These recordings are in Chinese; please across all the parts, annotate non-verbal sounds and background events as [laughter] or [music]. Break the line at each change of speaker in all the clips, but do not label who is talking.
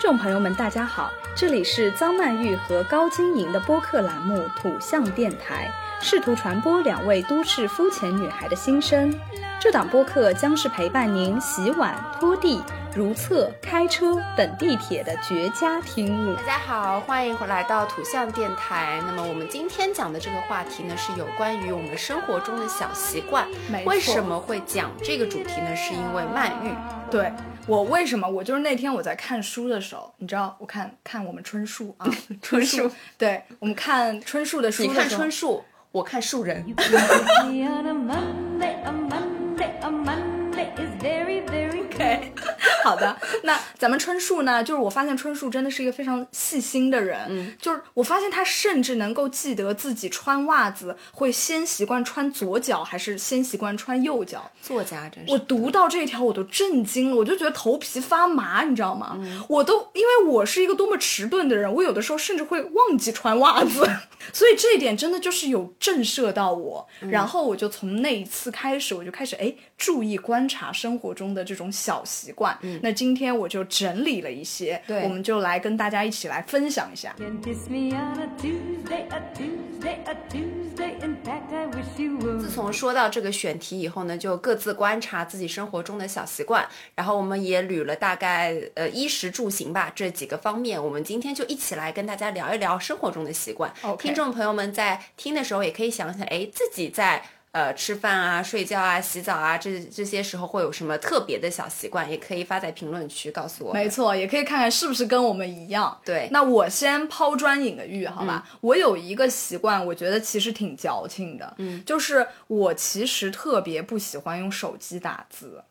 众朋友们，大家好，这里是张曼玉和高晶莹的播客栏目《土象电台》，试图传播两位都市肤浅女孩的心声。这档播客将是陪伴您洗碗、拖地、如厕、开车、等地铁的绝佳听路
大。家好，欢迎回来到土象电台。那么我们今天讲的这个话题呢，是有关于我们生活中的小习惯。
没错
为什？么会讲这个主题呢？是因为曼玉，
对我为什么？我就是那天我在看书的时候，你知道，我看看我们春树 [laughs] 啊，春树，对我们看春树的书
你
的时候，
看春树，我看树人。
Me on a Monday, a Monday, a Monday is very, very good.
[laughs] 好的，那咱们春树呢？就是我发现春树真的是一个非常细心的人，
嗯，
就是我发现他甚至能够记得自己穿袜子会先习惯穿左脚还是先习惯穿右脚。
作家真是
我读到这一条我都震惊了，我就觉得头皮发麻，你知道吗？我都因为我是一个多么迟钝的人，我有的时候甚至会忘记穿袜子， [laughs] 所以这一点真的就是有震慑到我。然后我就从那一次开始，我就开始哎注意观察生活中的这种小习惯。那今天我就整理了一些，
对
我们就来跟大家一起来分享一下。
Can kiss me on a Tuesday, a Tuesday, a Tuesday. In fact, I wish you would.
自从说到这个选题以后呢，就各自观察自己生活中的小习惯，然后我们也捋了大概呃衣食住行吧这几个方面，我们今天就一起来跟大家聊一聊生活中的习惯。
OK
听众朋友们在听的时候也可以想想，哎，自己在。呃，吃饭啊、睡觉啊、洗澡啊，这这些时候会有什么特别的小习惯，也可以发在评论区告诉我。
没错，也可以看看是不是跟我们一样。
对
那我先抛砖引个玉，好吧？我有一个习惯，我觉得其实挺矫情的，嗯，就是我其实特别不喜欢用手机打字。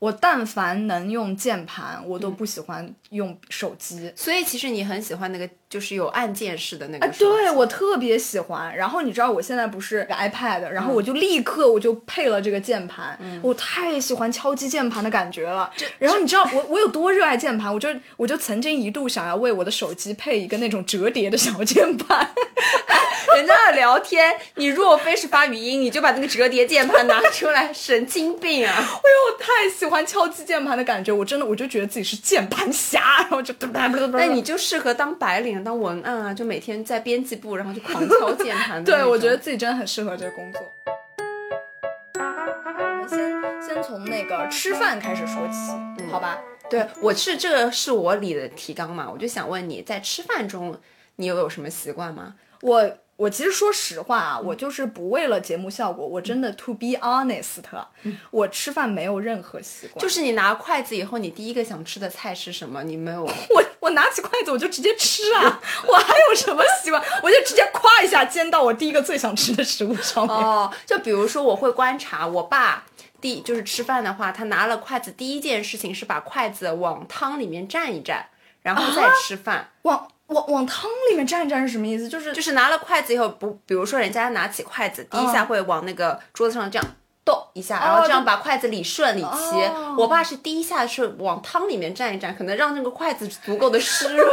我但凡能用键盘，我都不喜欢用手机。
所以其实你很喜欢那个，就是有按键式的那个
哎，
手机。
对我特别喜欢。然后你知道我现在不是个 iPad，然后我就立刻我就配了这个键盘，我太喜欢敲击键盘的感觉了。然后你知道我我有多热爱键盘？我就我就曾经一度想要为我的手机配一个那种折叠的小键盘。 [laughs] 哎
人家在聊天，你若非是发语音，你就把那个折叠键盘拿出来，神经
[laughs]
病啊！
哎呦，我太喜欢敲击键盘的感觉，我真的我就觉得自己是键盘侠，然后 [laughs] 就哎哒哒哒哒哒。
那你就适合当白领、当文案啊，就每天在编辑部，然后就狂敲键盘的
[laughs]
那
对，
种
我觉得自己真的很适合这个工作。我们先先从那个吃饭开始说起，好吧？
对，我是这个是我理的提纲嘛，我就想问你在吃饭中，你有有什么习惯吗？
我我其实说实话啊，我就是不为了节目效果，我真的 to be honest，、我吃饭没有任何习惯，
就是是你拿筷子以后，你第一个想吃的菜是什么？你没有
我我拿起筷子我就直接吃啊，我还有什么习惯？我就直接夸一下煎到我第一个最想吃的食物上面。
[laughs] 哦，就比如说我会观察我爸。第就是吃饭的话，他拿了筷子，第一件事情是把筷子往汤里面蘸一蘸，然后再吃饭。
往往往汤里面蘸一蘸是什么意思？就是
就是拿了筷子以后，不，比如说人家拿起筷子，第一下会往那个桌子上这样跺一下，然后这样把筷子理顺理齐。
哦
我爸是第一下是往汤里面蘸一蘸，可能让那个筷子足够的湿润，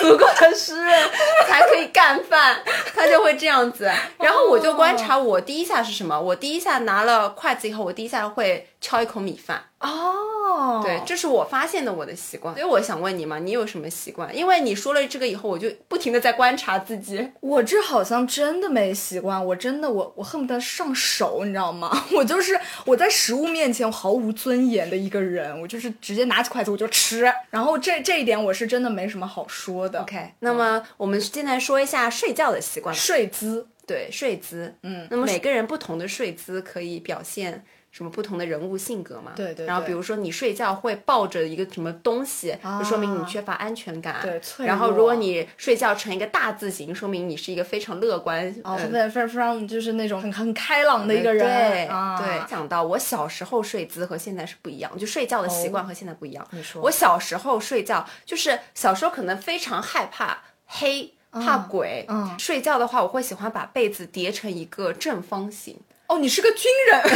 足
[laughs]
够的湿润才可以干饭，他就会这样子。然后我就观察我第一下是什么，我第一下拿了筷子以后，我第一下会敲一口米饭。
哦，
对，这是我发现的我的习惯，所以我想问你嘛，你有什么习惯？因为你说了这个以后，我就不停的在观察自己。
我这好像真的没习惯，我真的我我恨不得上手，你知道吗？ [laughs] 我就是我在食物面前毫无尊严的一个人，我就是直接拿起筷子我就吃，然后这这一点我是真的没什么好说的。
OK，那么我们现在说一下睡觉的习惯吧。
睡姿，
对，睡姿，
嗯
那么每个人不同的睡姿可以表现什么不同的人物性格嘛？
对对对
然后比如说你睡觉会抱着一个什么东西，
啊
就说明你缺乏安全感。
对脆弱
然后如果你睡觉成一个大字形，说明你是一个非常乐观。
哦，
嗯
非常非常就是那种很很开朗的一个人，
对、
啊、
对，讲到我小时候睡姿和现在是不一样，就睡觉的习惯和现在不一样。
哦你说
我小时候睡觉，就是小时候可能非常害怕黑。怕鬼、
嗯
睡觉的话，我会喜欢把被子叠成一个正方形，
哦，你是个军人，
[laughs]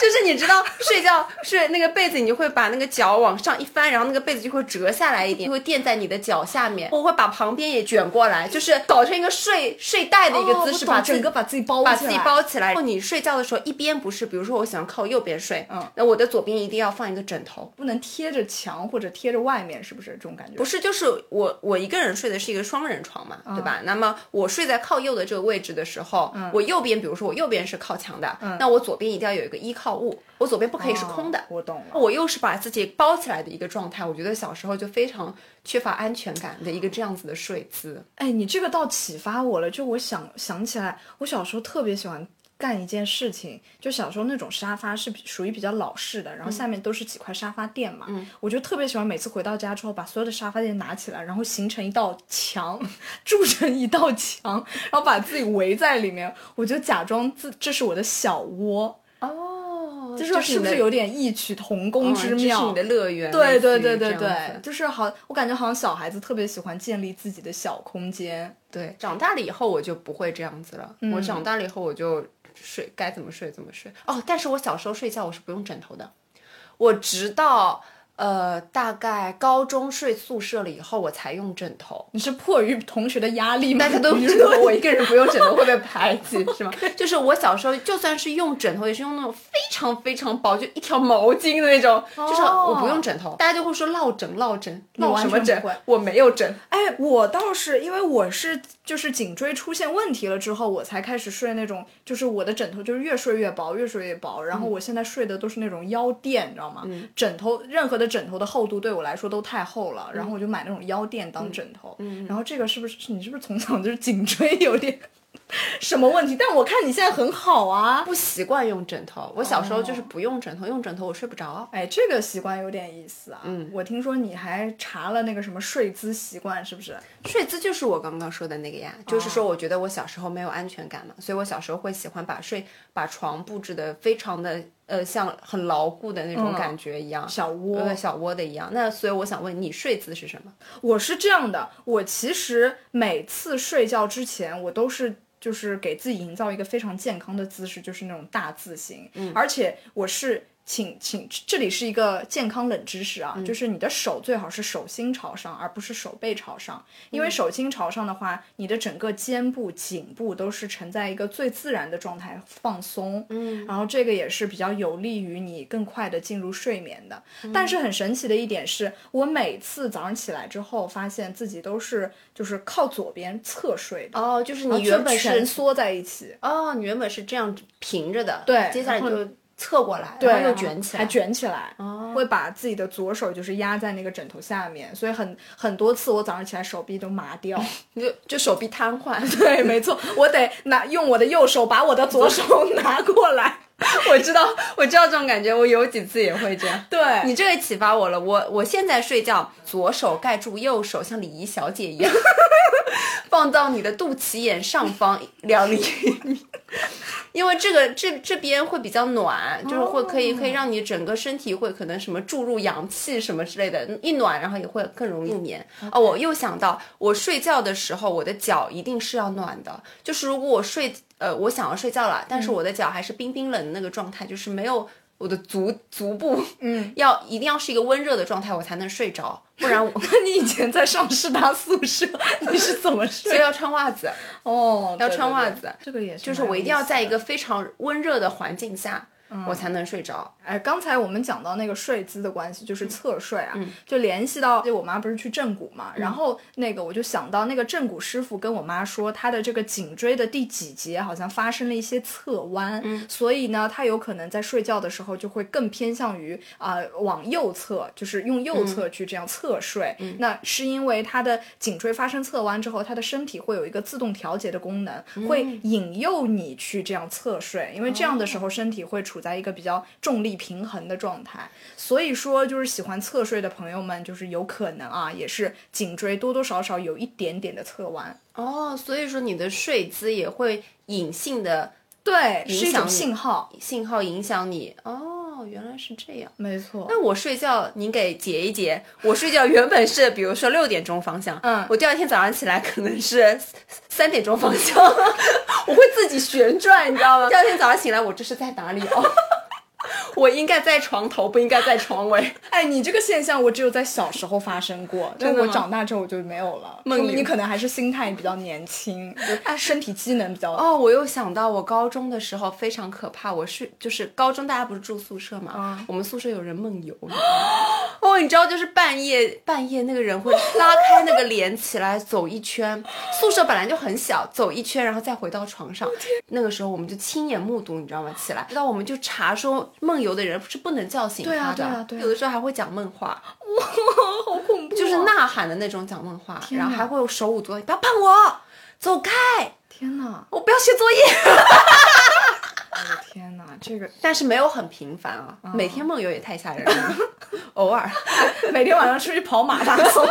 就是你知道睡觉睡那个被子，你就会把那个脚往上一翻，然后那个被子就会折下来一点，就会垫在你的脚下面。我会把旁边也卷过来，就是搞成一个睡睡袋的一个姿势，
哦我懂
把
整个把自己包
把
起
自己
来
包起来。然后你睡觉的时候，一边不是，比如说我喜欢靠右边睡，
嗯
那我的左边一定要放一个枕头。
不能贴着墙或者贴着外面，是不是这种感觉？
不是，就是我我一个人睡的是一个双人床嘛，
嗯
对吧？那么我睡在靠右的这个位置的时候，我右边，比如说我右边是靠墙的，那我左边一定要有一个依靠物，我左边不可以是空的。
嗯哦我懂了。
我又是把自己包起来的一个状态，我觉得小时候就非常缺乏安全感的一个这样子的睡姿。
哎，你这个倒启发我了，就我想想起来，我小时候特别喜欢干一件事情，就小时候那种沙发是比属于比较老式的，然后
嗯
下面都是几块沙发垫嘛，我就特别喜欢每次回到家之后把所有的沙发垫拿起来，然后形成一道墙， [laughs] 筑成一道墙，然后把自己围在里面，我就假装自这是我的小窝。
哦，
这时候是不是有点异曲同工之
这是
妙？
你的乐园？
对
类似
对
于
对对
这样
对
子，
就是好，我感觉好像小孩子特别喜欢建立自己的小空间。
对，长大了以后我就不会这样子了。我长大了以后我就睡该怎么睡怎么睡。哦，但是我小时候睡觉我是不用枕头的，我直到呃大概高中睡宿舍了以后我才用枕头。
你是迫于同学的压力吗？
大家都
你
觉
是
得我一个人不用枕头会被排挤，是吗？就是我小时候就算是用枕头，也是用那种非常非常薄，就一条毛巾的那种，就是我不用枕头，大家就会说落枕落枕
我
落
完
什么
全
枕
不会，
我没有枕。
哎，我倒是因为我是就是颈椎出现问题了之后，我才开始睡那种，就是我的枕头就是越睡越薄，越睡越薄。然后我现在睡的都是那种腰垫，你知道吗？枕头任何的枕头的厚度对我来说都太厚了，然后我就买那种腰垫当枕头。然后这个是不是你是不是从小就是颈椎有点什么问题？但我看你现在很好啊。
不习惯用枕头，我小时候
哦
就是不用枕头，用枕头我睡不着。
哎，这个习惯有点意思啊。嗯，我听说你还查了那个什么睡姿习惯，是不是？
睡姿就是我刚刚说的那个呀，就是
哦
说我觉得我小时候没有安全感嘛，所以我小时候会喜欢把睡把床布置的非常的呃像很牢固的那种
嗯
感觉一样，
小窝
呃小窝的一样。那所以我想问你，睡姿是什么？
我是这样的，我其实每次睡觉之前，我都是就是给自己营造一个非常健康的姿势，就是那种大字形。嗯，而且我是请请这里是一个健康冷知识啊，就是你的手最好是手心朝上，而不是手背朝上，因为手心朝上的话，你的整个肩部、颈部都是呈在一个最自然的状态放松。嗯，然后这个也是比较有利于你更快的进入睡眠的。但
嗯
是很神奇的一点是，我每次早上起来之后，发现自己都是就是靠左边侧睡的，
哦，就是
然
你
后
原本
就蜷
是
缩在一起，
哦，你原本是这样平着的，
对
接下来
然后
就侧过来，
对，
然后又
然后
卷起
还
来，哦
卷起来，会把自己的左手就是压在那个枕头下面，所以很很多次我早上起来手臂都麻
[laughs]
掉。
你就就手臂瘫痪。 [laughs]
对，没错，我得拿用我的右手把我的左
[laughs]
手拿过来。
我知道，我知道这种感觉，我有几次也会这样。
对，
你这个启发我了，我我现在睡觉左手盖住右手，像礼仪小姐一样， [laughs] 放到你的肚脐眼上方两厘米，因为这个这这边会比较暖，就是会可以可以让你整个身体会可能什么注入阳气什么之类的，一暖然后也会更容易入眠。哦，我又想到，我睡觉的时候我的脚一定是要暖的，就是如果我睡呃我想要睡觉了，但是我的脚还是冰冰冷的那个状态，就是没有。我的足足部，嗯， [laughs] 要一定要是一个温热的状态，我才能睡着，不然我 [laughs]
那你以前在上师大宿舍，你是怎么
所以
睡？
要穿袜子，
哦，
[laughs] 要
对
穿
对
袜
对
子啊
这个也是
就是
蛮
我
有
一定要
意思
在一
的
个非常温热的环境下，我才能睡着。
哎，刚才我们讲到那个睡姿的关系，就是侧睡啊，就联系到就我妈不是去正骨嘛，然后那个我就想到那个正骨师傅跟我妈说，他的这个颈椎的第几节好像发生了一些侧弯，所以呢，他有可能在睡觉的时候就会更偏向于啊、呃往右侧，就是用右
嗯
侧去这样侧睡。那是因为他的颈椎发生侧弯之后，他的身体会有一个自动调节的功能，会
嗯
引诱你去这样侧睡，因为这样的
哦
时候身体会处在一个比较重力平衡的状态。所以说，就是喜欢侧睡的朋友们，就是有可能啊，也是颈椎多多少少有一点点的侧弯。
哦，所以说你的睡姿也会隐性的
对，
影
是一
响
种
你
信号，
信号影响你。哦，原来是这样。
没错。
那我睡觉，您给解一解。我睡觉原本是，比如说六点钟方向，
嗯
我第二天早上起来可能是三三点钟方向，我会自己旋转，你知道吗？第二天早上醒来，我这是在哪里哦？ [laughs] 我应该在床头，不应该在床尾。
[laughs] 哎，你这个现象我只有在小时候发生过，但
真的
我
吗
长大之后我就没有了。
梦
说明
里哎
你可能还是心态比较年轻，就身体机能比较。
哦，我又想到我高中的时候非常可怕，我是就是高中大家不是住宿舍嘛，
嗯
我们宿舍有人梦游，你知道吗 [gasps] 哦，你知道就是半夜半夜那个人会拉开那个帘起来走一圈，宿舍本来就很小，走一圈然后再回到床上，那个时候我们就亲眼目睹，你知道吗？起来，知道我们就查说梦游的人是不能叫醒他
对
的，
啊对啊对啊
有的时候还会讲梦话，
好恐怖、啊
就是呐喊的那种讲梦话，然后
哪
还会有手舞足蹈，你不要碰我，走开，
天哪，
我不要写作业。
我的天哪，这个
[laughs] 但是没有很频繁啊，每天梦游也太吓人了， [laughs] 偶尔。
每天晚上出去跑马拉松。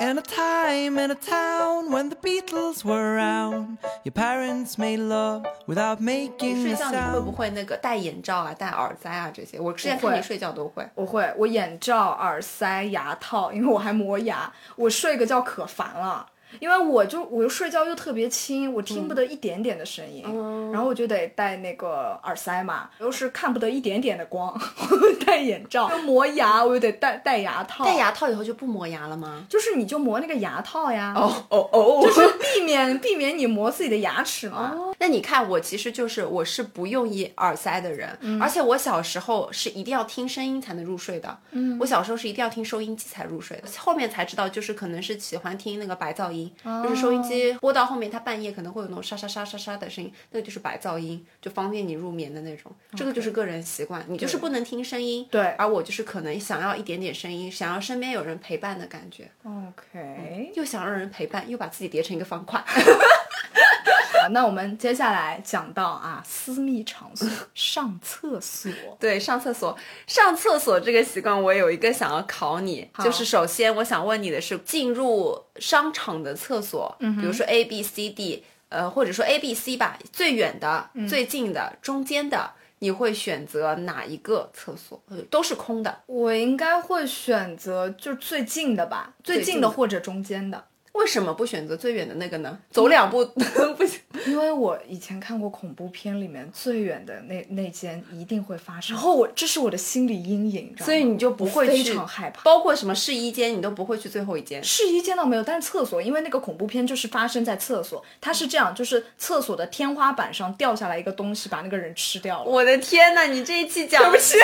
And a time in a town when the Beatles were around, your parents made love without
你
making
睡
a
觉你会不
sound.
会那个戴眼罩啊、戴耳塞啊这些？我之前
我
看
会
你睡觉都会。
我会，我眼罩、耳塞、牙套，因为我还磨牙，我睡个觉可烦了。因为我就我又睡觉又特别轻，我
嗯
听不得一点点的声音，
哦
然后我就得戴那个耳塞嘛，又是看不得一点点的光，我又戴眼罩，又磨牙，我又得戴戴牙套，
哦戴牙套以后就不磨牙了吗？
就是你就磨那个牙套呀，
哦哦哦！
就
就
是 [laughs] 是避免避免你磨自己的牙齿嘛。
那你看，我其实就是我是不用一耳塞的人，而且我小时候是一定要听声音才能入睡的。嗯，我小时候是一定要听收音机才入睡的，后面才知道就是可能是喜欢听那个白噪音，就是收音机播到后面，它半夜可能会有那种沙沙沙沙沙的声音，那个就是白噪音，就方便你入眠的那种。这个就是个人习惯，你就是不能听声音。
对
而我就是可能想要一点点声音，想要身边有人陪伴的感觉，
OK，
又想让人陪伴，又把自己叠成一个方块。
好，那我们接下来讲到啊，私密场 [laughs] 所上厕所。
对，上厕所，上厕所这个习惯，我有一个想要考你，就是首先我想问你的是，进入商场的厕所，比如说 A B C D，呃，或者说 A B C 吧，最远的、最近的、中间的，你会选择哪一个厕所？呃都是空的，
我应该会选择就是最近的吧，最
最
近
近
的
的
或者中间的，
为什么不选择最远的那个呢？走两步 [laughs] 不行，
因为我以前看过恐怖片，里面最远的那那间一定会发生。然后我这是我的心理阴影，知道吗
所以你就不会
我非
去
常害怕。
包括什么试衣间，你都不会去最后一间。
试衣间倒没有，但是厕所，因为那个恐怖片就是发生在厕所，它是这样，就是厕所的天花板上掉下来一个东西，把那个人吃掉了。
我的天呐，你这一期讲，对不起，你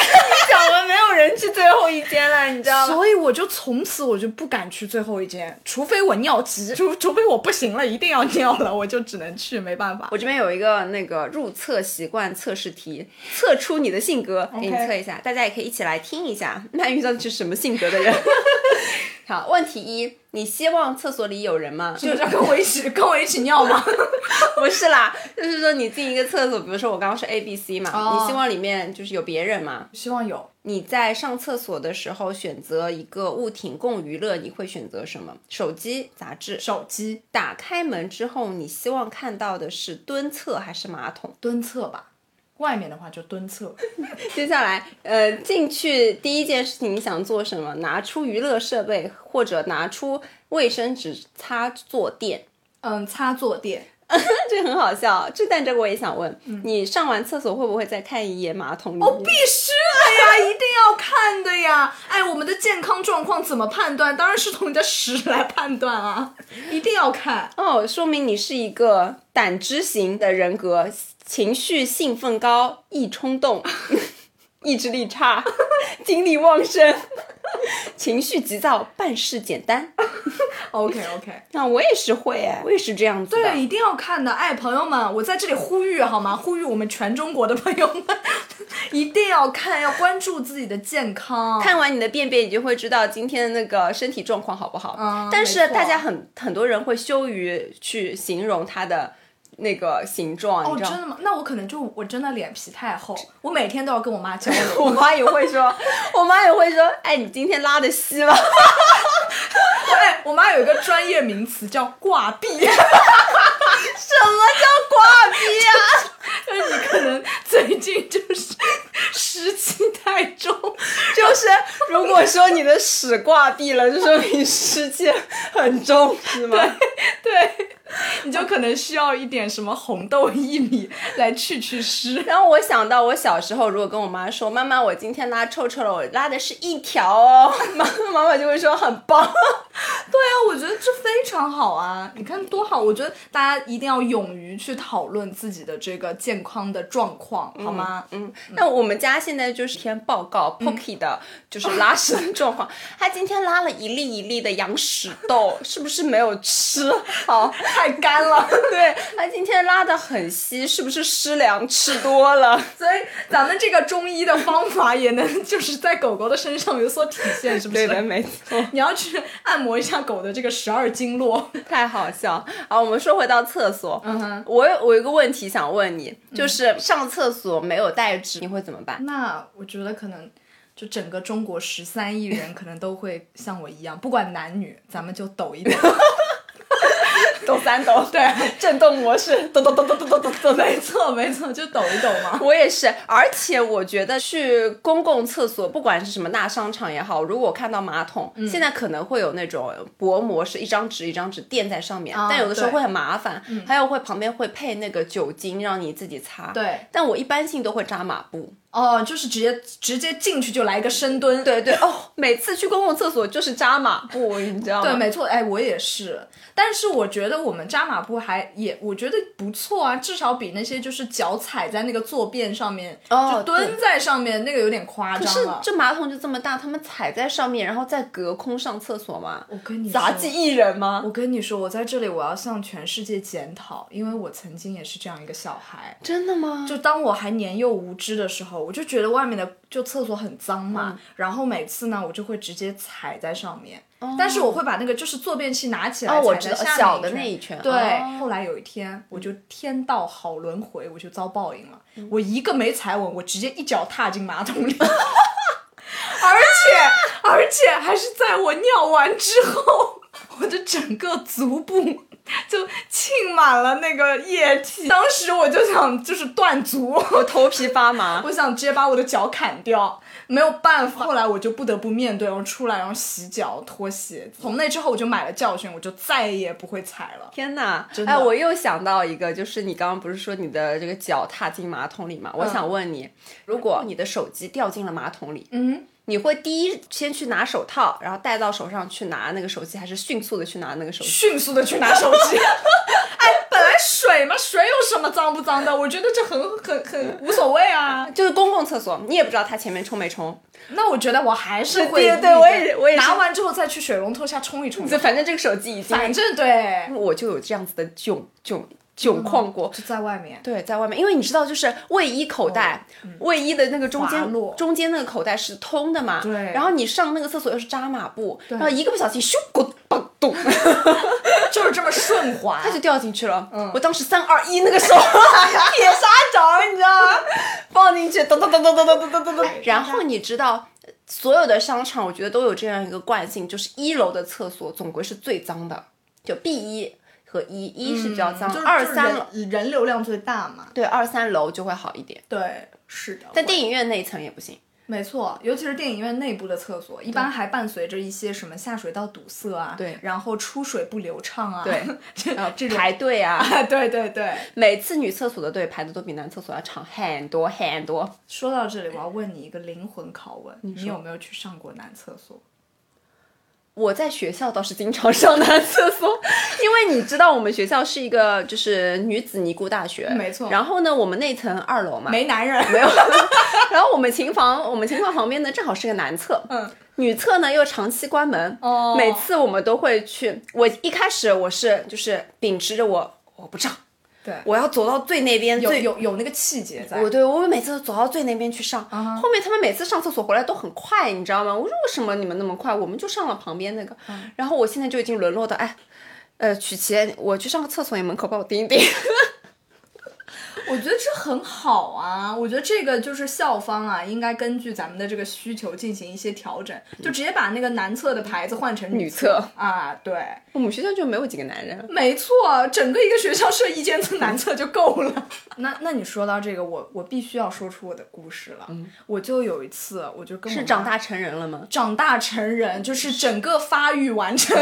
讲了没有人去最后一间了，你知道吗？
所以我就从此我就不敢去最后一间，除非我尿急，除除非我不行了，一定要尿了，我就只能去，没办法。
我这边有一个那个入厕习惯测试题，测出你的性格，给你
OK
测一下，大家也可以一起来听一下，那遇到的是什么性格的人？ [laughs] 好，问题一，你希望厕所里有人吗？ [laughs] 就
就是要跟我一起跟我一起尿吗？ [laughs]
不是啦，就是说你进一个厕所，比如说我刚刚说 A B C 嘛，你希望里面就是有别人嘛？
希望有。
你在上厕所的时候选择一个物品供娱乐，你会选择什么？手机、杂志。
手机
打开门之后，你希望看到的是蹲厕还是马桶？
蹲厕吧，外面的话就蹲厕。
接下来，呃，进去第一件事情你想做什么？拿出娱乐设备或者拿出卫生纸擦坐垫，
嗯，擦坐垫。
这很好笑。这但这个我也想问，你上完厕所会不会再看一眼马桶里面？
哦必须的呀，一定要看的呀！哎，我们的健康状况怎么判断？当然是从你的屎来判断啊，一定要看。
哦，说明你是一个胆汁型的人格，情绪兴奋高，易冲动， [laughs] 意志力差， [laughs] 精力旺盛， [laughs] 情绪急躁，办事简单。
OK OK，
那我也是会哎，我也是这样子的。
对，一定要看的。哎，朋友们，我在这里呼吁好吗？呼吁我们全中国的朋友们， [laughs] 一定要看，要关注自己的健康。
看完你的便便，你就会知道今天的那个身体状况好不好。
嗯
但
没
是
错
大家很很多人会羞于去形容它的那个形状，
哦，
你知
真
道
的
吗？
吗？那我可能就我真的脸皮太厚，我每天都要跟我妈交流。
[laughs] 我妈也会说，我妈也会说，哎，你今天拉的稀了。
哎，我妈有一个专业名词叫挂壁，
[laughs]
[laughs]
什么叫挂逼啊？ [laughs]
就是你可能最近就是 [laughs] 湿气太重，
就是如果说你的屎挂壁了，就说明湿气很重，是吗？
对，你就可能需要一点什么红豆薏米来去去湿。
然后我想到我小时候，如果跟我妈说：“妈妈，我今天拉臭臭了，我拉的是一条哦。”妈妈妈就会说：“很棒。
对啊，我觉得这非常好啊！你看多好，我觉得大家一定要勇于去讨论自己的这个健康的状况，好吗？”嗯，
嗯，那我们家现在就是篇报告 Pocky 的，就是拉屎的状况。他今天拉了一粒一粒的羊屎豆，是不是没有吃好？
太干了。
对他今天拉的很稀，是不是湿粮吃多了？
所以咱们这个中医的方法也能 [laughs] 就是在狗狗的身上有所体现，是不是？
对的，没错。
你要去按摩一下狗的这个十二经络。
太好笑！好，我们说回到厕所。嗯哼，我有我有一个问题想问你，就是上厕所没有带纸，你会怎么办？
那我觉得可能就整个中国十三亿人可能都会像我一样，不管男女，咱们就抖一抖。
抖三抖，对，震动模式，抖抖抖抖抖抖抖抖。
没错， [laughs] 没错，就抖一抖嘛。
[laughs] 我也是，而且我觉得去公共厕所，不管是什么大商场也好，如果看到马桶，现在可能会有那种薄膜，是一张纸一张纸垫在上面，
啊
但有的时候
对
会很麻烦。还有会旁边会配那个酒精让你自己擦。
对，
但我一般性都会扎马步。
哦，就是直接直接进去就来一个深蹲。
对对 [laughs] 哦，每次去公共厕所就是扎马 [laughs] 步，你知道吗？
对，没错，哎，我也是，但是我觉得我们扎马步还也，我觉得不错啊，至少比那些就是脚踩在那个坐便上面，
哦
就蹲在上面那个有点夸
可
张
是
了。
这马桶就这么大，他们踩在上面，然后再隔空上厕所吗？
我跟你
杂
说
技艺人吗？
我跟你说，我在这里我要向全世界检讨，因为我曾经也是这样一个小孩。
真的吗？
就当我还年幼无知的时候，我就觉得外面的就厕所很脏嘛，
嗯
然后每次呢，我就会直接踩在上面，但是我会把那个就是坐便器拿起来，
哦我
踩
知
在
道
下面
小
一
的那一圈
对，
哦嗯
后来有一天我就天道好轮回，我就遭报应了，我一个没踩稳，我直接一脚踏进马桶里。 [laughs] 而且而且还是在我尿完之后，我的整个足部就浸满了那个液体。当时我就想就是断足，
我头皮发麻。
我想直接把我的脚砍掉，没有办法。后来我就不得不面对，我出来然后洗脚、脱鞋。从那之后我就买了教训，我就再也不会踩了。
天哪！
真的
哎，我又想到一个，就是你刚刚不是说你的这个脚踏进马桶里吗？
嗯
我想问你，如果你的手机掉进了马桶里，
嗯，
你会第一先去拿手套，然后戴到手上去拿那个手机，还是迅速的去拿那个手机？
迅速的去拿手机。 [laughs] 哎，本来水嘛，水有什么脏不脏的？我觉得这很很很无所谓啊。
就是公共厕所，你也不知道它前面冲没冲，
那我觉得我还是
对
会
对
立
对
的
我也我也是
拿完之后再去水龙头下冲一冲，
就反正这个手机已经，
反正对，
我就有这样子的窘窘
嗯
窘况过，
就在外面。
对，在外面，因为你知道，就是卫衣口袋，卫衣的那个中
哦嗯滑
间
落
中间那个口袋是通的嘛，
对
然后你上那个厕所又是扎马步，然后一个不小心咻咕咚
[laughs]
咚，
就是这么顺滑。
它就掉进去了。
嗯
我当时三二一那
[laughs]
个手铁砂掌，你知道吗？放进去，咚咚咚咚咚咚咚咚咚
哎
咚。然后你知道。所有的商场，我觉得都有这样一个惯性，就是一楼的厕所总归是最脏的，就 B 一和一，一是比较脏，
嗯就是
二三楼
人人流量最大嘛。
对二三楼就会好一点，
对，是的。
但电影院那一层也
[laughs]
不行。
没错，尤其是电影院内部的厕所，一般还伴随着一些什么下水道堵塞啊，
对
然后出水不流畅啊，
对
这 [laughs]
啊，
这种。
排队啊，
啊，对对对，
每次女厕所的队排的都比男厕所要长很多很多。
说到这里，我要问你一个灵魂拷问：你有没有去上过男厕所？
我在学校倒是经常上男厕所，因为你知道我们学校是一个就是女子尼姑大学，
没错
然后呢，我们那层二楼嘛，
没男人，
没有， [laughs] 然后我们琴房，我们琴房旁边呢正好是个男厕，
嗯，
女厕呢又长期关门，
哦
每次我们都会去。我一开始我是就是秉持着我我不上，
对
我要走到最那边
有
最
有有那个气节在。
我对我每次都走到最那边去上
哈
后面他们每次上厕所回来都很快，你知道吗？我说为什么你们那么快？我们就上了旁边那个，然后我现在就已经沦落到哎，呃，曲奇，我去上个厕所，你门口帮我盯一盯。
我觉得这很好啊，我觉得这个就是校方啊，应该根据咱们的这个需求进行一些调整，就直接把那个男厕的牌子换成
女
嗯厕
厕
啊，对。
[laughs] 我们学校就没有几个男人，
[laughs] 没错，整个一个学校设一间厕男厕就够了。 [laughs] 那那你说到这个，我我必须要说出我的故事了。我就有一次，我就跟我
是
妈
长大成人了吗？
长大
[laughs]
成人，就是整个发育完成，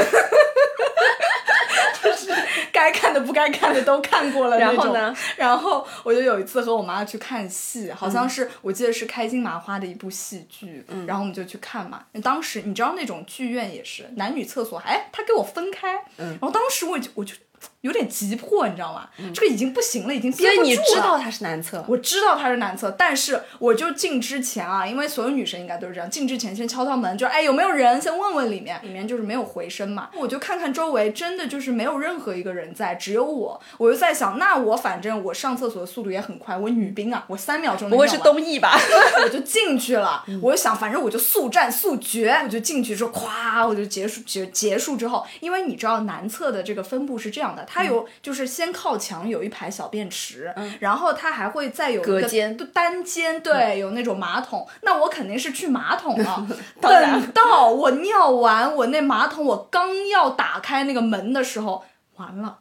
就是该该看的、不该看的都看过了
然
那
后
种。
呢？
然后我就有一次和我妈去看戏，好像
嗯
是、我记得是开心麻花的一部戏剧，然后我们就去看嘛。当时你知道那种剧院也是男女厕所，哎，他给我分开，
嗯
然后当时我就我就有点急迫，你知道吗？这个已经不行了，已经憋
嗯所以
不住
你
了。
知道他是男厕，
我知道他是男厕，但是我就进之前啊，因为所有女生应该都是这样，进之前先敲敲门，就哎有没有人，先问问里面，里面就是没有回声嘛，我就看看周围，真的就是没有任何一个人在，只有我，我就在想，那我反正我上厕所的速度也很快，我女兵啊，我三秒钟
不会是
东。
东艺 [laughs] 吧？
[laughs] 我就进去了。
嗯
我就想，反正我就速战速决，我就进去之后，咵，我就结束结结束之后，因为你知道南侧的这个分布是这样的，它
嗯
有、就是先靠墙有一排小便池，然后它还会再有一个
隔间嗯
不单间，对，有那种马桶。那我肯定是去马桶了。
[laughs] 当然
等到我尿完，我那马桶我刚要打开那个门的时候，完了。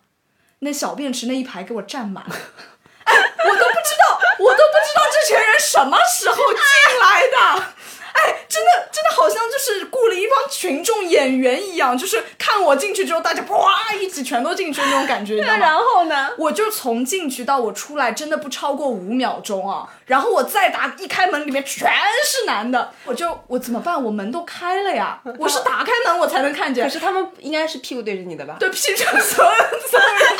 那小便池那一排给我占满了，我都不知道，我都不知道这群人什么时候进来的。哎，真的，真的好像就是雇了一帮群众演员一样，就是看我进去之后，大家哇一起全都进去那种感觉，你知道吗？
啊后呢？
我就从进去到我出来，真的不超过五秒钟啊。然后我再打一开门，里面全是男的，我就我怎么办？我门都开了呀，我是打开门我才能看见
可，是他们应该是屁股对着你的吧？
对，屁股所有所有人，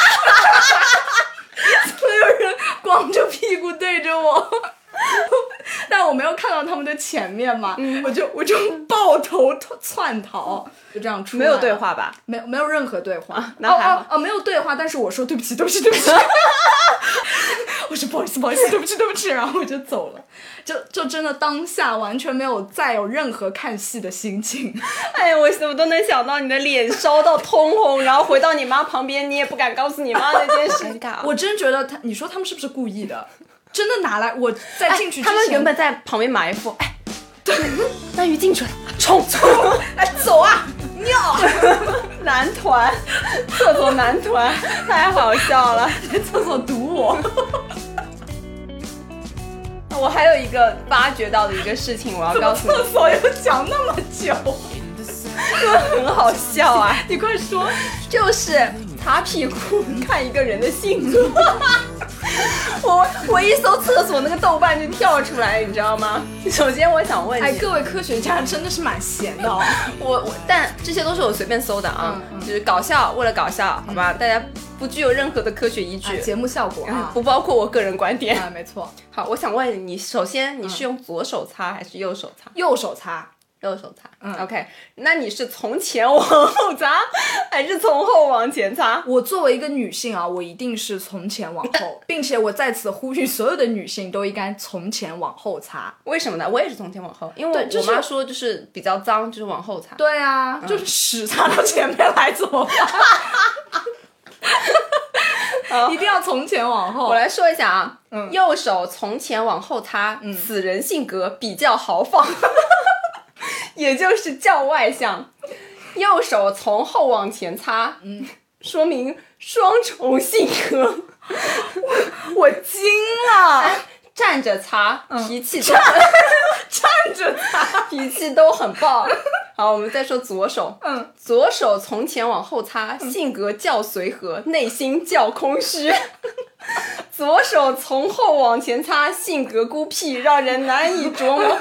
所有人光着屁股对着我。但我没有看到他们的前面嘛，
嗯
我就我就抱头窜逃，就这样出来
没
了
有对，啊话吧？
没有没有任何对话，哦
那还好
哦哦，没有对话，但是我说对不起，对不起，对不起， [laughs] 我说不好意思，不好意思，对不起，对不起，然后我就走了，就就真的当下完全没有再有任何看戏的心情，
哎，我我都能想到你的脸烧到通红，然后回到你妈旁边，你也不敢告诉你妈那件 [laughs] 事。
我真觉得他，你说他们是不是故意的？真的拿来我在进去之前，
哎他们原本在旁边埋伏，哎，对， [laughs] 那鱼进去了，冲冲，
哎走啊尿啊，
[laughs] 男团，厕所男团，太好笑了。
在厕所堵我。 [laughs]
我还有一个发掘到的一个事情，我要告诉你，
厕所要讲那么久，
很好笑啊，
[laughs] 你快说，
就是擦屁股看一个人的性格。 [laughs] 我我一搜厕所，那个豆瓣就跳出来，你知道吗？首先我想问你，
哎，各位科学家真的是蛮闲的 [laughs] 哦。
我我，但这些都是我随便搜的啊，
嗯嗯
就是搞笑，为了搞笑，好吧，大家不具有任何的科学依
啊
据，
节目效果
嗯
啊，
不包括我个人观点。
啊，没错，
[laughs] 好，我想问你，首先你是用左手擦还是右手擦？
右手擦，
右手擦。
嗯
OK，那你是从前往后擦，还是从后往前擦？
我作为一个女性啊，我一定是从前往后，并且我在此呼吁所有的女性都应该从前往后擦。
为什么呢？我也是从前往后，因为
对
我
就是
我妈说就是比较脏，就是往后擦。
对啊，就是屎擦到前面来怎 [laughs] 么办？一定要从前往后。
我来说一下啊，
嗯
右手从前往后擦，此人性格比较豪放， [laughs] 也就是较外向；右手从后往前擦，嗯，说明双重性格。
[laughs]
哎
我惊
[laughs]
了，嗯
站着擦，脾气都、
站着擦，
[laughs] 脾气都很暴。好，我们再说左手，
嗯，
左手从前往后擦，性格较随和，内心较空虚；左手从后往前擦，性格孤僻，让人难以琢磨。 [laughs] 神经病！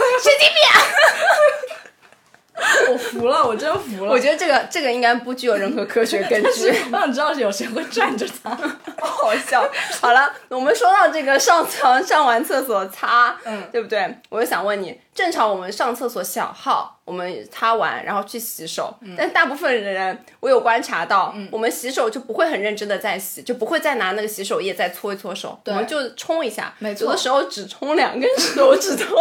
我服了，我真服了。
我觉得这个这个应该不具有任何科学 [laughs] 根据，
[laughs] 我想知道是有谁会站着擦。
好笑。好了，我们说到这个上床上完厕所擦，
嗯
对不对？我就想问你，正常我们上厕所小号，我们擦完然后去洗手，
嗯
但大部分人我有观察到，我们洗手就不会很认真的在洗，就不会再拿那个洗手液再搓一搓手，我
对
们就冲一下，
没错
有的时候只冲两根手指头。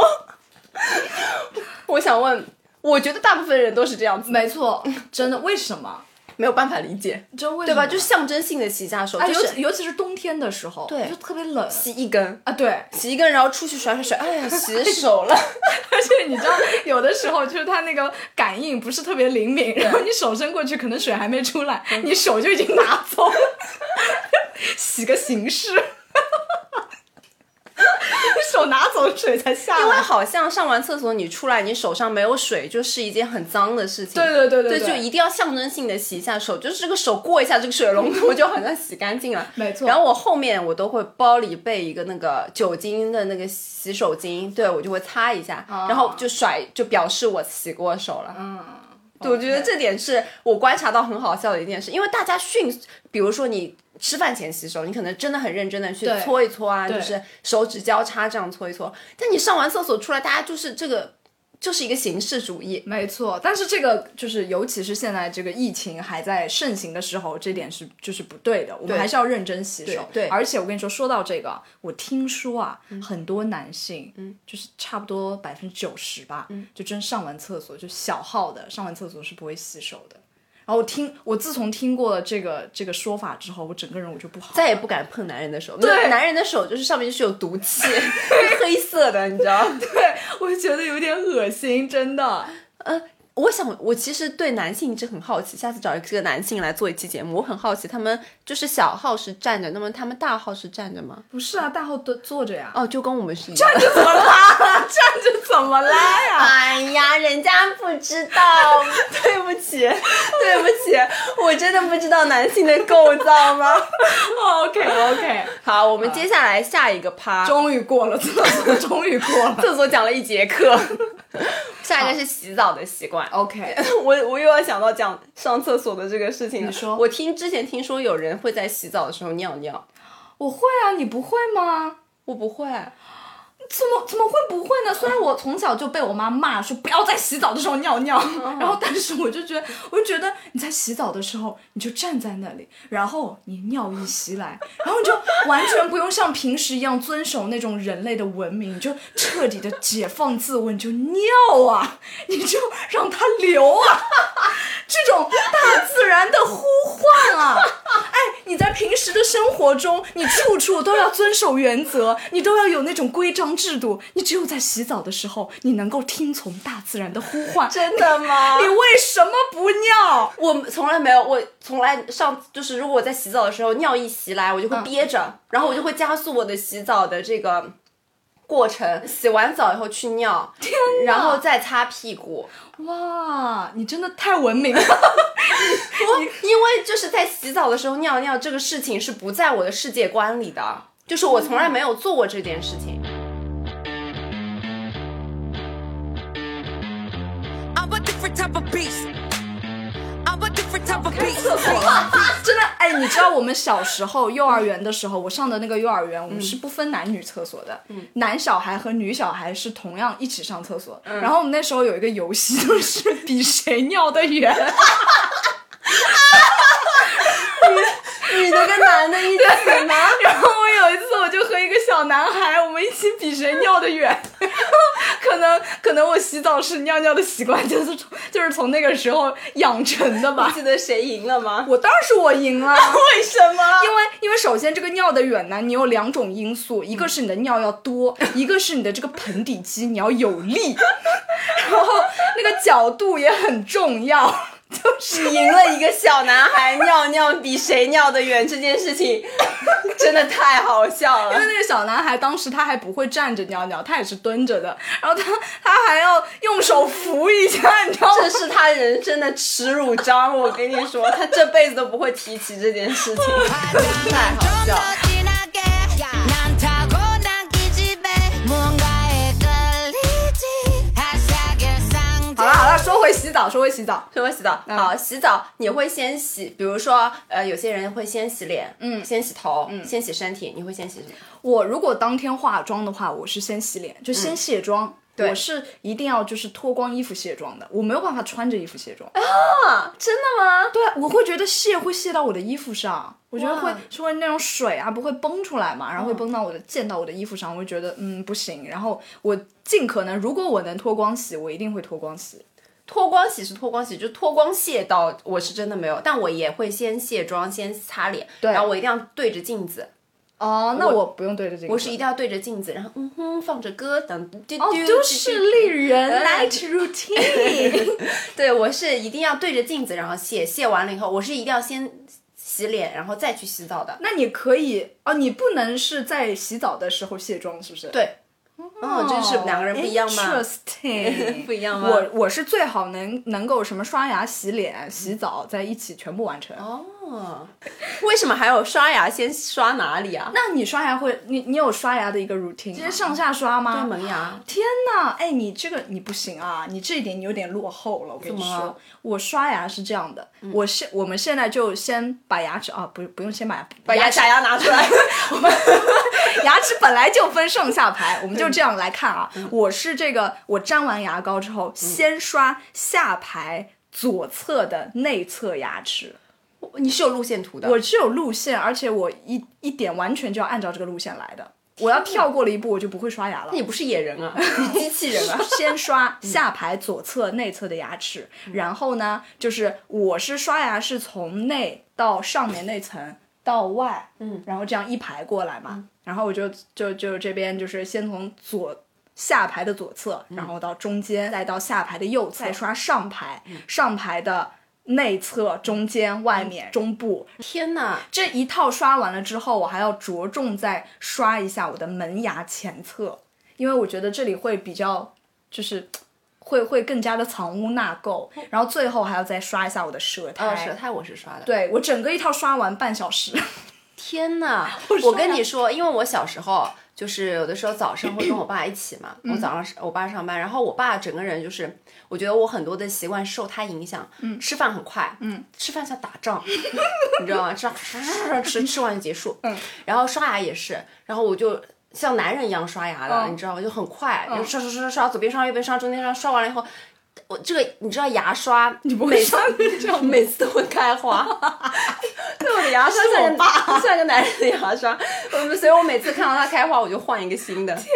我想问，我觉得大部分人都是这样
[laughs]
子，
没错，真的，为什么？
没有办法理解。
真为什
对
么
吧？就是象征性的洗一下手，
哎，
就
尤
是
其尤其是冬天的时候，
对
就特别冷
洗一根，
啊。对， [laughs]
洗一根，然后出去甩甩甩，哎呀，洗手了。
而且你知道，有的时候就是它那个感应不是特别灵敏，然后你手伸过去，可能水还没出来，你手就已经拿走了， [laughs] 洗个形式。手拿走口水才下
因为
来。
好像上完厕所你出来，你手上没有水，就是一件很脏的事情。
对对对对
对
对
就一定要象征性的洗一下手，就是这个手过一下这个水
[laughs]
龙头，就好像洗干净了。
没错
然后我后面我都会包里备一个那个酒精的那个洗手巾，对我就会擦一下，
啊
然后就甩，就表示我洗过手了。嗯。对，我觉得这点是我观察到很好笑的一件事，因为大家迅速，比如说你吃饭前洗手，你可能真的很认真的去
对
搓一搓啊，就
对
是手指交叉这样搓一搓。但你上完厕所出来，大家就是这个，就是一个形式主义。
没错，但是这个就是，尤其是现在这个疫情还在盛行的时候，这点是就是不对的。我们还是要认真洗手。
对对
而且我跟你说，说到这个，我听说啊，很多男性，嗯，就是差不多百分之九十吧，嗯，就真上完厕所就小号的上完厕所是不会洗手的。然后我听，我自从听过了这个这个说法之后，我整个人我就不好了，
再也不敢碰男人的手，
对
男人的手就是上面就是有毒气， [laughs] 黑色的，你知道？
对， [laughs] 我就觉得有点恶心，真的。
我想，我其实对男性一直很好奇，下次找一个男性来做一期节目，我很好奇他们就是小号是站着，那么他们大号是站着吗？
不是啊，大号都坐着呀，
哦，就跟我们是一样的。
怎么啦？站着怎么啦
[laughs]
[laughs] 呀？
哎呀，人家不知道， [laughs] 对不起，对不起，我真的不知道男性的构造 [laughs] 吗？
OK 啊 OK，
好，我们接下来下一个趴，
终于过了，厕所终于过了。
厕所讲了一节课， [laughs] 下一个是洗澡的习惯。
OK，
[laughs] 我我又要想到讲上厕所的这个事情了。
你说
我听之前听说有人会在洗澡的时候尿尿，
我会啊，你不会吗？
我不会，
怎么怎么会不会呢？虽然我从小就被我妈骂说不要在洗澡的时候尿尿，然后但是我就觉得，我就觉得你在洗澡的时候，你就站在那里，然后你尿意袭来，然后你就完全不用像平时一样遵守那种人类的文明，你就彻底的解放自我，你就尿啊，你就让它流啊。这种大自然的呼唤
[laughs]
啊！哎，你在平时的生活中，你处处都要遵守原则，你都要有那种规章制度。你只有在洗澡的时候，你能够听从大自然的呼唤。
真的 [laughs] 啊吗
你为什么不尿？
我从来没有，我从来上就是如果我在洗澡的时候尿意袭来，我就会憋着，然后我就会加速我的洗澡的这个过程，洗完澡以后去尿，然后再擦屁股。
哇，你真的太文明了！
不，因为就是在洗澡的时候尿尿这个事情是不在我的世界观里的，就是我从来没有做过这件事 [laughs] 情。
I'm a different type of beast. I'm a different type of beast.
真的，哎，你知道我们小时候幼儿园的时候，我上的那个幼儿园，我们是不分男女厕所的，
嗯
男小孩和女小孩是同样一起上厕所。
嗯
然后我们那时候有一个游戏，就是比谁尿得
[laughs]
远。
女的跟男的一起吗？
然后我有一次，我就和一个小男孩，我们一起比谁尿得远。 [laughs] 然后可能可能我洗澡时尿尿的习惯就是从就是从那个时候养成的吧。
记得谁赢了吗？
我当然是我赢了。
[laughs] 为什 [laughs] 么？
因为因为首先这个尿的远呢，你有两种因素，一个是你的尿要多，一个是你的这个盆底肌你要有力， [laughs] 然后那个角度也很重要。 [laughs] 就是
你赢了一个小男 [laughs] 孩尿尿比谁尿得远这件事 [laughs] 情，真的太好笑
因为
了。
那个小男孩当时他还不会站着尿尿，他也是蹲着的，然后他他还要用手扶一下，你知道吗？
这是他人生的耻辱章，我跟你说，他这辈子都不会提起这件事情， [laughs] 太好笑了。
진하게 난 타고난 기집애 뭔가에 끌리지 하얗게
好
상대
了好了，说回洗澡，说回洗澡。
说回洗澡，
嗯
好，洗澡你会先洗，比如说，呃，有些人会先洗脸，嗯，先洗头，嗯，先洗身体，你会先洗什么？
我如果当天化妆的话，我是先洗脸，就先卸妆。
对
我是一定要就是脱光衣服卸妆的，我没有办法穿着衣服卸妆。
啊真的吗？
对，我会觉得卸会卸到我的衣服上，我觉得会
哇嗯
是会那种水啊，不会崩出来嘛，然后会崩到我的溅到我的衣服上，我会觉得嗯不行，然后我尽可能如果我能脱光洗，我一定会脱光洗。
脱光洗是脱光洗，就脱光卸到我是真的没有，但我也会先卸妆，先擦脸，
对
然后我一定要对着镜子，
哦，那我不用对着这个，
我是一定要对着镜子，然后嗯哼，放着歌，等丢
哦
丢，
都市丽人
[laughs] 嗯
night routine，
对 [laughs] 我是一定要对着镜子，然后卸，卸完了以后，我是一定要先洗脸，然后再去洗澡的，
那你可以哦，你不能是在洗澡的时候卸妆，是不是？
对。哦，真是两个人不一样嘛。
[laughs] ？Interesting，
不一样吗
我我是最好能能够什么刷牙、洗脸、洗澡在一起全部完成。
哦，为什么还有刷牙先刷哪里啊？
那你刷牙会，你你有刷牙的一个 routine 直接上下刷吗？
对门牙。
天呐，哎，你这个你不行啊，你这一点你有点落后了。我跟你
怎么
说
了，嗯
我刷牙是这样的，我现我们现在就先把牙齿啊，不不用先把牙，
把牙假牙拿出来， [laughs]
[laughs] 牙齿本来就分上下排，我们就这样来看啊。我是这个，我沾完牙膏之后，先刷下排左侧的内侧牙齿。
你是有路线图的。
我是有路线，而且我一一点完全就要按照这个路线来的。我要跳过了一步，我就不会刷牙了。
那。你不是野人啊，你是机器人啊
[laughs] 先刷下排左侧内侧的牙齿，然后呢，就是我是刷牙是从内到上面那层到外，嗯，然后这样一排过来嘛，然后我就就就这边就是先从左。下排的左侧，然后到中间，再到下排的右嗯侧，再刷嗯上排，上排的内侧、中间、外面、中部，
天哪，
这一套刷完了之后，我还要着重再刷一下我的门牙前侧，因为我觉得这里会比较，就是会会更加的藏污纳垢。然后最后还要再刷一下我的舌苔。
哦，舌苔我是刷的。
对我整个一套刷完半小
[laughs]
时，
天呐，啊我跟你说，因为我小时候就是有的时候早上会跟我爸一起嘛，我早上是我爸上班，然后我爸整个人就是，我觉得我很多的习惯受他影响，吃饭很快，吃饭像打仗，你知道吗？吃吃吃吃完就结束，然后刷牙也是，然后我就。像男人一样刷牙的，
嗯
你知道吗？就很快，就刷刷刷刷刷，左边刷右边刷，中间刷，刷完了以后，我这个你知道牙刷，你不会刷这样，每次都会开花。对我的牙刷像个像个男人的牙刷，我所以我每次看到它开花，我就换一个新的。 [laughs] 天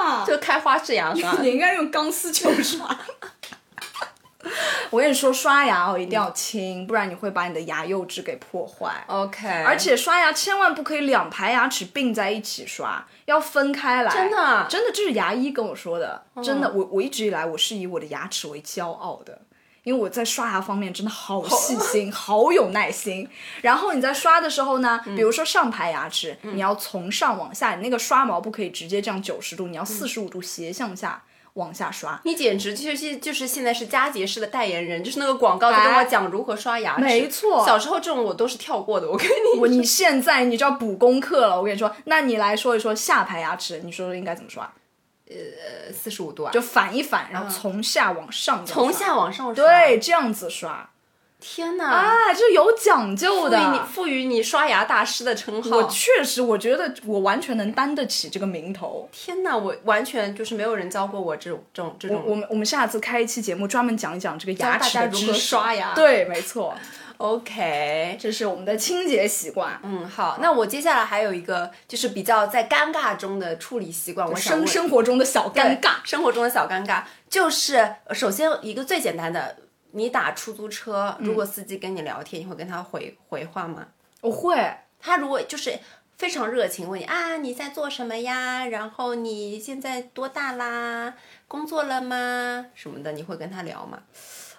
啊哪！就开花式牙刷。
应该用钢丝球刷。 [laughs] 我跟你说，刷牙哦一定要轻，不然你会把你的牙釉质给破坏。
OK，
而且刷牙千万不可以两排牙齿并在一起刷，要分开来。
真的啊嗯
真的，这是牙医跟我说的。真的，我我一直以来我是以我的牙齿为骄傲的。因为我在刷牙方面真的好细心，好有耐心。然后你在刷的时候呢，比如说上排牙齿，
嗯
你要从上往下，你那个刷毛不可以直接这样九十度，
嗯
你要四十五度斜向下往下刷。
你简直就是就是现在是佳洁士的代言人，就是那个广告在跟我讲如何刷牙齿。
没错
小时候这种我都是跳过的。我跟你
我你现在你就要补功课了，我跟你说，那你来说一说下排牙齿，你说说应该怎么刷？
四十五度啊，
就反一反，然后从下往上，
从下，往上啊刷。
对，，这样子刷，
天哪！
哎，这有讲究
赋予你
的。
赋予你刷牙大师的称号，
我确实，我觉得我完全能担得起这个名头。
天哪！我完全就是没有人教过我这种这种这
我
种。
我们我们下次开一期节目，专门讲一讲这个牙齿
教大
的
家
知识
如何刷牙
对，没错，
OK，
这是我们的清洁习惯，
嗯，好，那我接下来还有一个就是比较在尴尬中的处理习惯，我想
生
问
生活中的小
对
尴尬。
生活中的小尴尬，就是呃首先一个最简单的，你打出租车，如
嗯
果司机跟你聊天，你会跟他回回话吗？
我会，
他如果就是非常热情问你啊，你在做什么呀？然后你现在多大啦？工作了吗？什么的，你会跟他聊吗？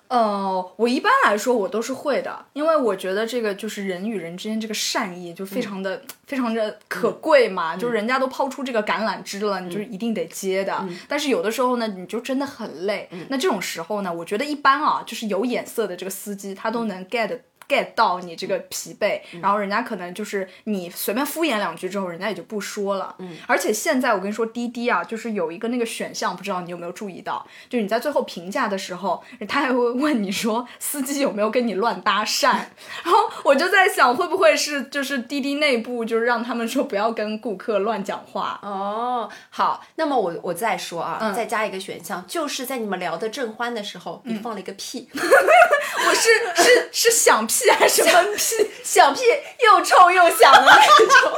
呃，我一般来说我都是会的，因为我觉得这个就是人与人之间这个善意就非常的、非常的可贵嘛，就是人家都抛出这个橄榄枝了，你就是一定得接的。但是有的时候呢，你就真的很累。那这种时候呢，我觉得一般啊，就是有眼色的这个司机他都能 get。get 到你这个疲惫，
嗯
然后人家可能就是你随便敷衍两句之后，人家也就不说了。嗯，而且现在我跟你说，滴滴啊，就是有一个那个选项，不知道你有没有注意到，就是你在最后评价的时候，他还会问你说司机有没有跟你乱搭讪。 [laughs] 然后我就在想，会不会是就是滴滴内部就是让他们说不要跟顾客乱讲话。
哦，好，那么我我再说啊，
嗯
再加一个选项，就是在你们聊得正欢的时候，你放了一个屁。
我是是是想屁还
[laughs]
是闷屁？
响屁又臭又响的那种，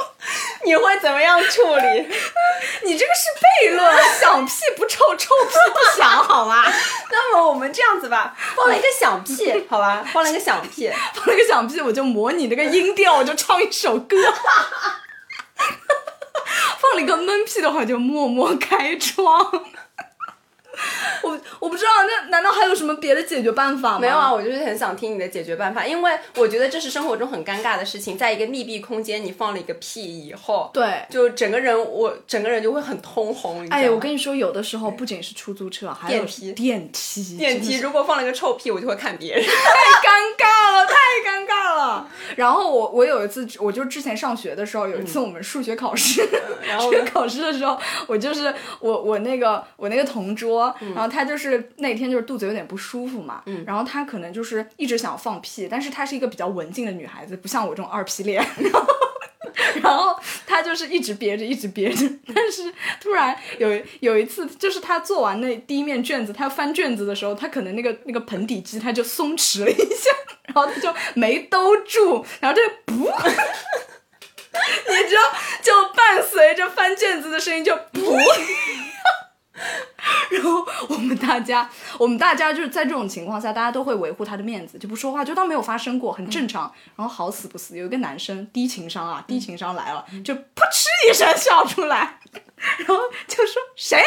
你会怎么样处理？
你这个是悖论， [laughs] 想屁不臭，臭屁不响，好吗？
[laughs] 那么我们这样子吧，放了一个响 [laughs] 屁，好吧，放了一个响屁，
放了个响屁，我就模拟那个音调，我就唱一首歌。 [laughs] 放了一个闷屁的话，就默默开窗。我我不知道，那难道还有什么别的解决办法吗？
没有啊，，我就是很想听你的解决办法，因为我觉得这是生活中很尴尬的事情，在一个密闭空间，你放了一个屁以后，
对
就整个人我整个人就会很通红。
哎，我跟
你
你说，有的时候不仅是出租车，还有
电梯
电梯，
知道吗电
真的
梯
是
如果放了一个臭屁，我就会看别人。
太尴尬了，太尴尬了。然后我我有一次，我就之前上学的时候，有一次我们数学考试，
嗯然后
数
呢
学考试的时候，我就是我我那个我那个同桌，
嗯
然后他就是那天就是肚子有点不舒服嘛，然后他可能就是一直想放屁，但是她是一个比较文静的女孩子，不像我这种二皮脸， [laughs] 然后。然后他就是一直憋着，一直憋着，但是突然有有一次，就是他做完那第一面卷子，他翻卷子的时候，他可能那个那个盆底肌他就松弛了一下，然后他就没兜住，然后他就噗，你知道，就伴随着翻卷子的声音就噗。 [laughs] 然后我们大家，我们大家就是在这种情况下，大家都会维护他的面子，就不说话，就当没有发生过，很正常。然后好死不死，有一个男生低情商啊，低情商来了，就噗嗤一声笑出来，然后就说谁呀、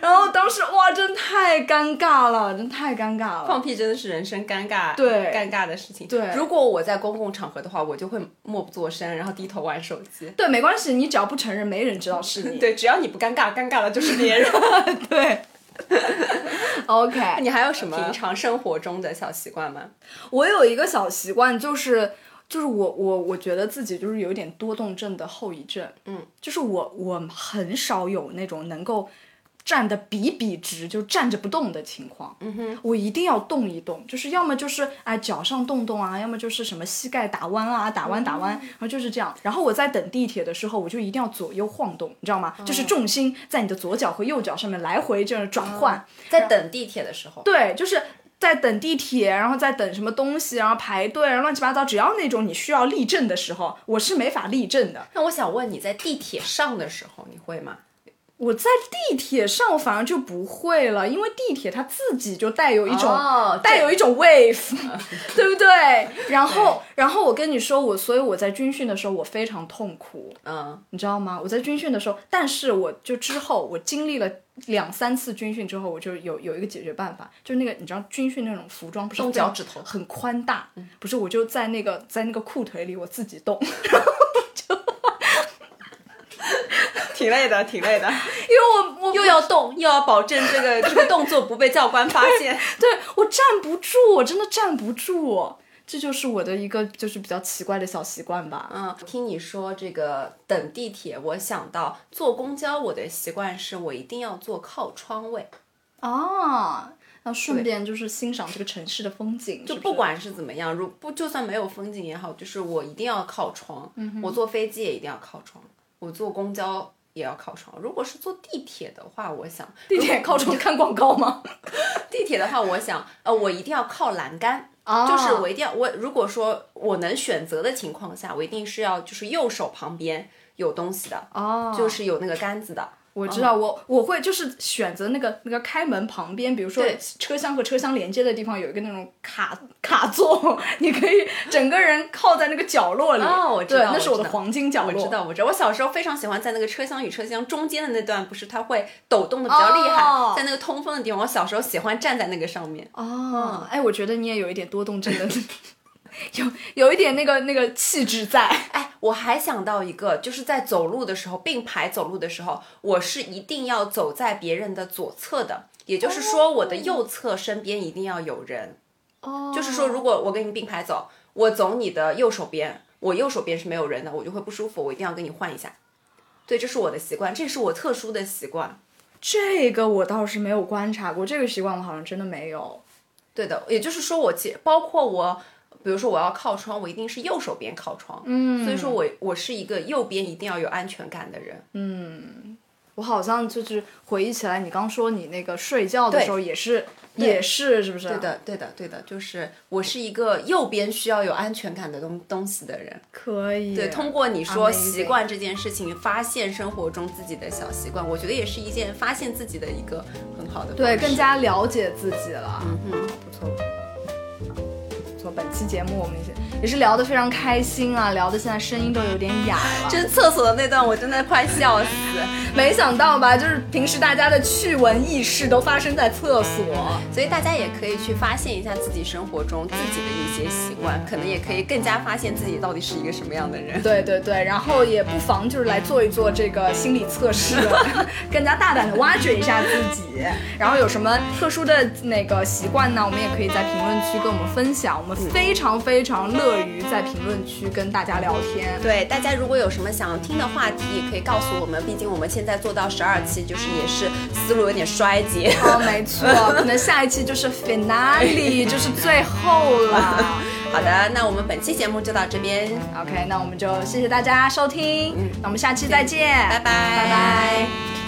然后当时哇，真太尴尬了，真太尴尬了。
[laughs] 放屁真的是人生尴尬，
对
尴尬的事情。
对
如果我在公共场合的话，我就会默不作声，然后低头玩手机。
对，没关系，你只要不承认，没人知道是你。
对，只要你不尴尬，尴尬的就是别人。
对，OK。
[laughs] 你还有什么平常生活中的小习惯吗？
我有一个小习惯，就是就是我我我觉得自己就是有一点多动症的后遗症。
嗯，
就是我我很少有那种能够站得笔笔直，就站着不动的情况。嗯哼，我一定要动一动，就是要么就是哎脚上动动啊，要么就是什么膝盖打弯啊，打弯打弯，然后就是这样。然后我在等地铁的时候，我就一定要左右晃动，你知道吗？就是重心在你的左脚和右脚上面来回这样转换。
在等地铁的时候，
对，就是在等地铁，然后在等什么东西，然后排队，然后乱七八糟，只要那种你需要立正的时候，我是没法立正的。
那我想问你在地铁上的时候，你会吗？
我在地铁上，我反而就不会了，因为地铁它自己就带有一种、
哦
带有一种 wave，对不对？然后，然后我跟你说，我所以我在军训的时候，我非常痛苦。
嗯，
你知道吗？我在军训的时候，但是我就之后我经历了两三次军训之后，我就有有一个解决办法，就是那个你知道军训那种服装不是
动
很
脚趾头
很宽大，不是我就在那个在那个裤腿里我自己 [laughs] 动，
挺累的，挺累的， [laughs]
因为我我
又要动，又要保证这 [laughs] 个这个动作不被教官发现。
对我站不住，我真的站不住，这就是我的一个就是比较奇怪的小习惯吧。
[laughs] 嗯，听你说这个等地铁，我想到坐公交，我的习惯是我一定要坐靠窗位，
啊，然后顺便就是欣赏这个城市的风景，
就是不
是
管是怎么样，如不就算没有风景也好，就是我一定要靠窗。我坐飞机也一定要靠窗，我坐公交也要靠窗。如果是坐地铁的话，我想
地铁靠窗看广告吗？
地铁的话，我想，呃，我一定要靠栏杆。
哦
就是我一定要，我如果说我能选择的情况下，我一定是要就是右手旁边有东西的，
哦
就是有那个杆子的。
我
嗯
知道，我我会就是选择那个那个开门旁边，比如说
对
车厢和车厢连接的地方有一个那种卡卡座， [laughs] 你可以整个人靠在那个角落里。
哦我知道
对，那是
我
我
知
的
道
黄金角
我
落。
知道，我知道。我小时候非常喜欢在那个车厢与车厢中间的那段，不是它会抖动的比较厉害，
哦
在那个通风的地方，我小时候喜欢站在那个上面。
哦，哎，我觉得你也有一点多动症的， [laughs] 有有一点那个那个气质在。
哎，我还想到一个，就是在走路的时候，并排走路的时候，我是一定要走在别人的左侧的，也就是说，我的右侧身边一定要有人。
哦
就是说，如果我跟你并排走，我走你的右手边，我右手边是没有人的，我就会不舒服，我一定要跟你换一下。对，这是我的习惯，这是我特殊的习惯。
这个我倒是没有观察过，这个习惯我好像真的没有。
对的，也就是说，我其包括我，比如说我要靠窗，我一定是右手边靠窗。嗯，所以说我我是一个右边一定要有安全感的人。
我好像就是回忆起来，你刚说你那个睡觉的
对
时候也是也是是不是？啊
对的，对的，对的，就是我是一个右边需要有安全感的东东西的人。
可以。
对，通过你说
Amazing
习惯这件事情，发现生活中自己的小习惯，我觉得也是一件发现自己的一个很好的方 [laughs]
对
式
更加了解自己了。嗯嗯，不错。错，本期节目我们也是聊得非常开心啊，聊得现在声音都有点哑了。
就是厕所的那段，我真的快笑死。
没想到吧，就是平时大家的趣闻轶事都发生在厕所。
所以大家也可以去发现一下自己生活中自己的一些习惯，可能也可以更加发现自己到底是一个什么样的人。
对对对，然后也不妨就是来做一做这个心理测试， [laughs] 更加大胆的挖掘一下自己。然后有什么特殊的那个习惯呢？我们也可以在评论区跟我们分享，我们非常非常乐于在评论区跟大家聊天。
对，大家如果有什么想听的话题，也可以告诉我们。毕竟我们现在做到十二期，就是也是思路有点衰竭。 [laughs]
哦，没错，可能下一期就是
[laughs]
finale，就是最后了。
好的，那我们本期节目就到这边，
OK，那我们就谢谢大家收听，那我们下期再见，
嗯拜拜，
拜拜。